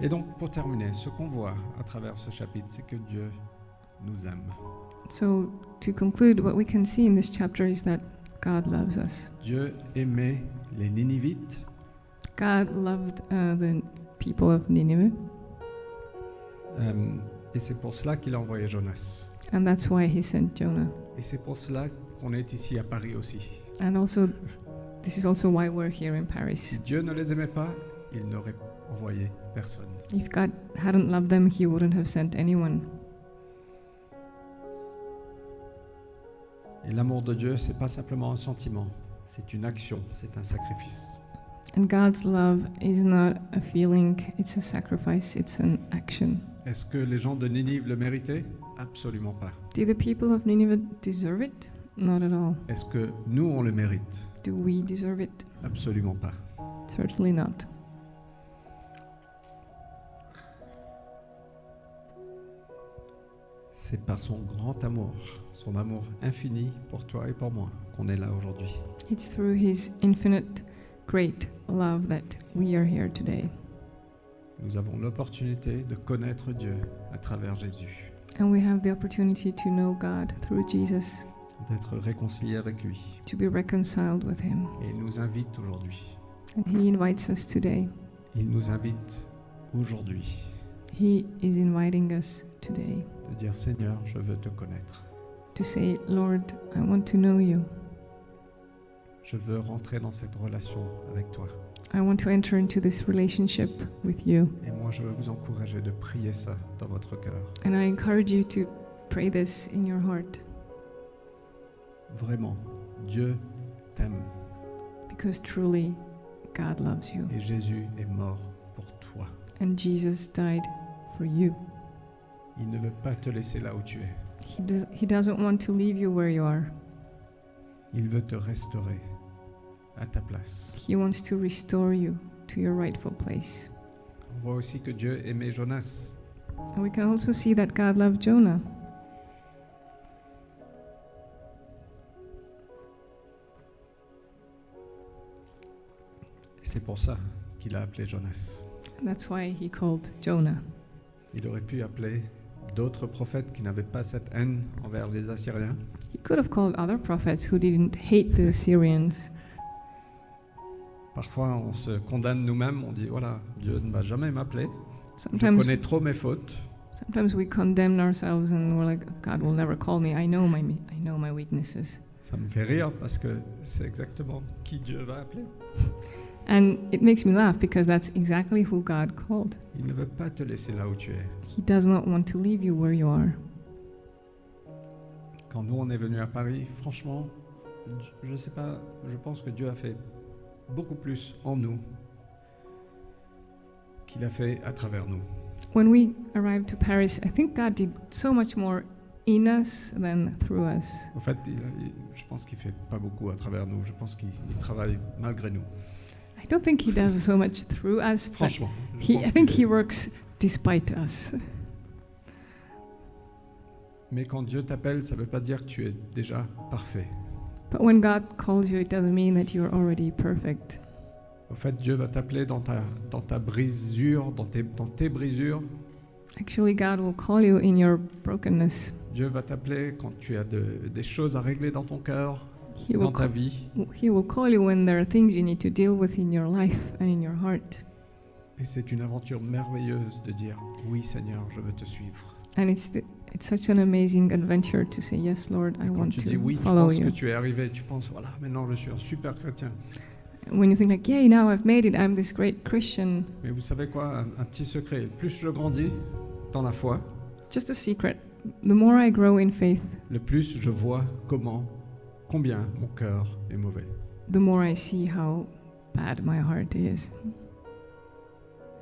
Et donc pour terminer, ce qu'on voit à travers ce chapitre, c'est que Dieu nous aime. So to conclude what we can see in this chapter is that God loves us. Dieu aimait les Ninivites, God loved uh, the people of Nineveh, euh, et c'est pour cela qu'il a envoyé Jonas. and that's why he sent Jonah. Et c'est pour cela qu'on est ici à Paris aussi. And also, this is also why we're here in Paris. Si Dieu ne les aimait pas, il n'aurait envoyé personne. If God hadn't loved them, he wouldn't have sent anyone. Et l'amour de Dieu, c'est pas simplement un sentiment, c'est une action, c'est un sacrifice. And God's love is not a feeling, it's a sacrifice, it's an action. Est-ce que les gens de Ninive le méritaient Absolument pas. Do the people of Nineveh deserve it? Not at all. Est-ce que nous on le mérite Do we deserve it? Absolument pas. Certainly not. C'est par son grand amour, son amour infini pour toi et pour moi, qu'on est là aujourd'hui. It's through his infinite great love that we are here today. Nous avons l'opportunité de connaître Dieu à travers Jésus, And we have the opportunity to know God through Jesus, d'être réconciliés avec lui. to be reconciled with Him. Et il nous invite aujourd'hui. And He invites us today. Il nous invite aujourd'hui He is inviting us today de dire Seigneur, je veux te connaître. to say, Lord, I want to know you. Je veux rentrer dans cette relation avec toi. I want to enter into this relationship with you. Et moi, je veux vous encourager de prier ça dans votre cœur. And I encourage you to pray this in your heart Vraiment, Dieu t'aime because truly God loves you. et Jésus est mort pour toi. And Jesus died for you. Il ne veut pas te laisser là où tu es. He, does, he doesn't want to leave you where you are, Il veut te restaurer à ta place. He wants to restore you to your rightful place. On voit aussi que Dieu aimait Jonas. And we can also see that God loved Jonah. Et c'est pour ça qu'il a appelé Jonas. And that's why He called Jonah. Il aurait pu appeler d'autres prophètes qui n'avaient pas cette haine envers les Assyriens. He could have called other prophets who didn't hate the Assyrians. Parfois, on se condamne nous-mêmes, on dit voilà, Dieu ne va jamais m'appeler. Je Sometimes, connais trop mes fautes. sometimes we condemn ourselves and we're like, God will never call me. I know my, mi- I know my weaknesses. Ça me fait rire parce que c'est exactement qui Dieu va appeler. And it makes me laugh because that's exactly who God called. Il ne veut pas te laisser là où tu es. He does not want to leave you where you are. Quand nous on est venus à Paris, franchement, je ne sais pas, je pense que Dieu a fait beaucoup plus en nous qu'il a fait à travers nous. When we arrived to Paris, I think God did so much more in us than through us. En fait, il- il- je pense qu'il fait pas beaucoup à travers nous. Je pense qu'il il travaille malgré nous. I don't think He does so much through us, but Franchement, je he, pense I think qu'il He est- works despite us. Mais quand Dieu t'appelle, ça ne veut pas dire que tu es déjà parfait. But when God calls you, it doesn't mean that you're already perfect. En fait, Dieu va t'appeler dans ta, dans ta brisure, dans tes, dans tes brisures. Actually, God will call you in your brokenness. Dieu va t'appeler quand tu as de- des choses à régler dans ton cœur, He dans will, ta call, vie. he will call you when there are things you need to deal with in your life and in your heart. Et c'est une aventure merveilleuse de dire Oui, Seigneur, je veux te suivre. And it's, the, it's such an amazing adventure to say, Yes, Lord, Et I quand want tu dis to oui, tu follow penses que you. tu es arrivé, tu penses Voilà, maintenant je suis un super chrétien. When you think, like, Yay, now I've made it, I'm this great Christian. Mais vous savez quoi un, un petit secret. Plus je grandis dans la foi, Just a secret. The more I grow in faith, le plus je vois comment, combien mon cœur est mauvais. the more I see how bad my heart is.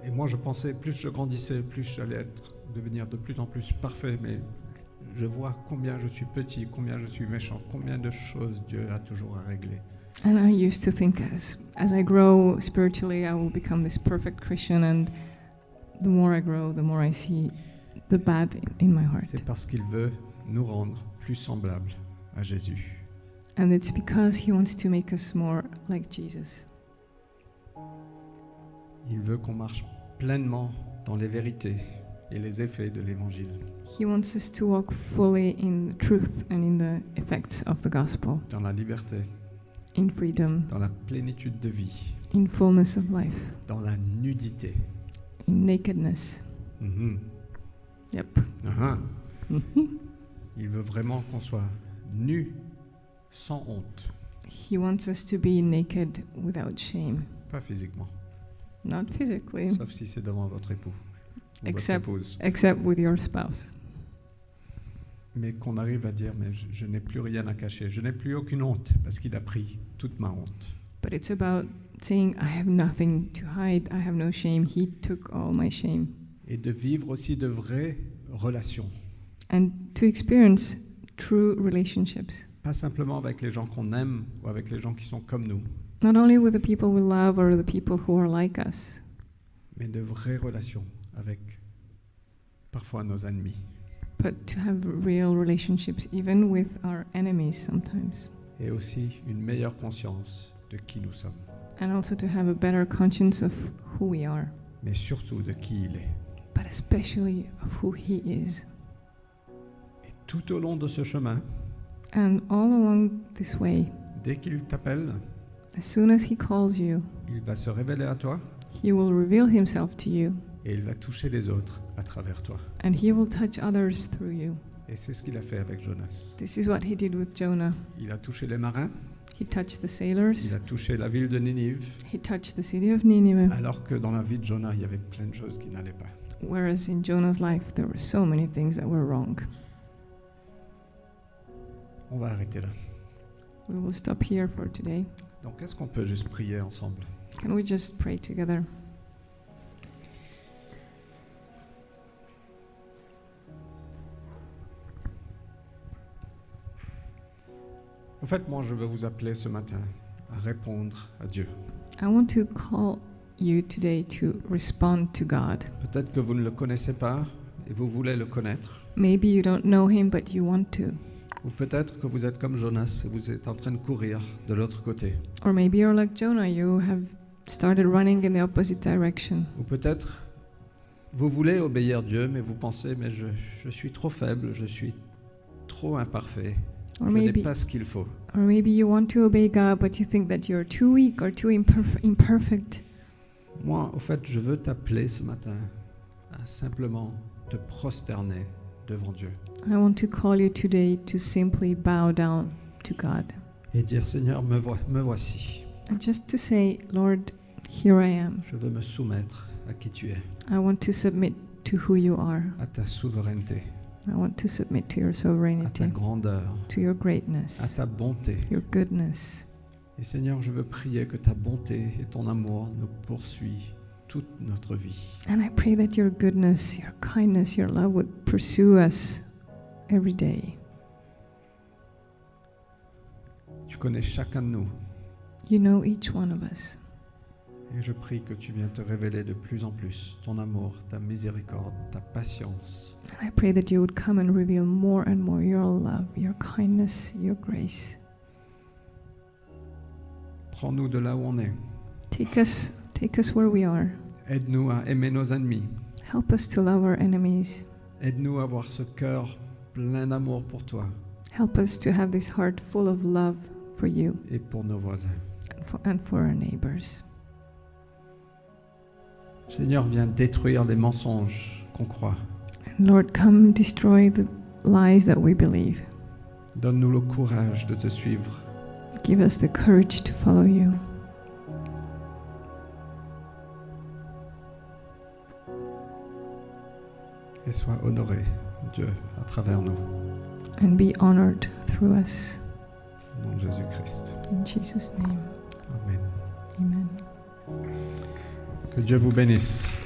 Et moi, je pensais, plus je grandissais, plus j'allais être, devenir de plus en plus parfait, mais je vois combien je suis petit, combien je suis méchant, combien de choses Dieu a toujours à régler. And I used to think as as I grow spiritually, I will become this perfect Christian. And the more I grow, the more I see the bad in- in my heart. C'est parce qu'il veut nous rendre plus semblables à Jésus. And it's because He wants to make us more like Jesus. Il veut qu'on marche pleinement dans les vérités et les effets de l'Évangile. He wants us to walk fully in the truth and in the effects of the gospel, Dans la liberté, in freedom, dans la plénitude de vie, in fullness of life, dans la nudité. in nakedness. Mhm. Yep. Ah ah. Il veut vraiment qu'on soit nus, sans honte, He wants us to be naked without shame, pas physiquement. not physically, Sauf si c'est devant votre époux. ou Except- votre épouse. except with your spouse. Mais qu'on arrive à dire, mais je, je n'ai plus rien à cacher, je n'ai plus aucune honte, parce qu'il a pris toute ma honte. But it's about saying, I have nothing to hide, I have no shame, he took all my shame. Et de vivre aussi de vraies relations. And to experience true relationships, Pas simplement avec les gens qu'on aime ou avec les gens qui sont comme nous, not only with the people we love or the people who are like us, mais de vraies relations avec parfois nos ennemis. but to have real relationships even with our enemies sometimes. Et aussi une meilleure conscience de qui nous sommes. and also to have a better conscience of who we are, mais surtout de qui il est. but especially of who He is. Et tout au long de ce chemin, And all along this way, dès qu'il t'appelle, as soon as He calls you, il va se révéler à toi He will reveal Himself to you et il va toucher les autres à travers toi. and He will touch others through you. Et c'est ce qu'il a fait avec Jonas. This is what He did with Jonah. Il a touché les marins, He touched the il sailors, a touché la ville de Ninive, He touched the city of Nineveh, alors que dans la vie de Jonas, il y avait plein de choses qui n'allaient pas. whereas in Jonah's life there were so many things that were wrong. On va arrêter là. We will stop here for today. Donc est-ce qu'on peut juste prier ensemble Can we just pray together? En fait, moi, je veux vous appeler ce matin à répondre à Dieu. I want to call you today to respond to God. Peut-être que vous ne le connaissez pas et vous voulez le connaître. Maybe you don't know Him, but you want to. Ou peut-être que vous êtes comme Jonas et vous êtes en train de courir de l'autre côté. Or maybe you're like Jonah, you have started running in the opposite direction. Ou peut-être vous voulez obéir Dieu, mais vous pensez, mais je, je suis trop faible, je suis trop imparfait, Or je n'ai maybe, pas ce qu'il faut. or maybe you want to obey God, but you think that you're too weak or too imperf- imperfect. Moi, au fait, je veux t'appeler ce matin à simplement te prosterner devant Dieu I want to call you today to simply bow down to God et dire, Seigneur, me, voi- me voici. and just to say, Lord, here I am. Je veux me soumettre à qui tu es, I want to submit to who you are. à ta souveraineté, I want to submit to your à ta sovereignty, grandeur, to your à greatness, ta bonté. your goodness. Et Seigneur, je veux prier que ta bonté et ton amour nous poursuivent toute notre vie. And I pray that your goodness, your kindness, your love would pursue us every day. Tu connais chacun de nous. You know each one of us. Et je prie que tu viennes te révéler de plus en plus ton amour, ta miséricorde, ta patience. And I pray that you would come and reveal more and more your love, your kindness, your grace. Prends-nous de là où on est. Take us, take us where we are. Aide-nous à aimer nos ennemis. Help us to love our enemies. Aide-nous à avoir ce cœur plein d'amour pour toi Help us to have this heart full of love for you et pour nos voisins. and for, and for our neighbors. Seigneur, viens détruire les mensonges qu'on croit. And Lord, come destroy the lies that we believe. Donne-nous le courage de te suivre. Give us the courage to follow you. et sois honoré, Dieu, à travers nous, and be honored through us. au nom de Jésus-Christ. In Jesus' name, Amen. amen. Que Dieu vous bénisse.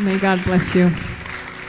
May God bless you.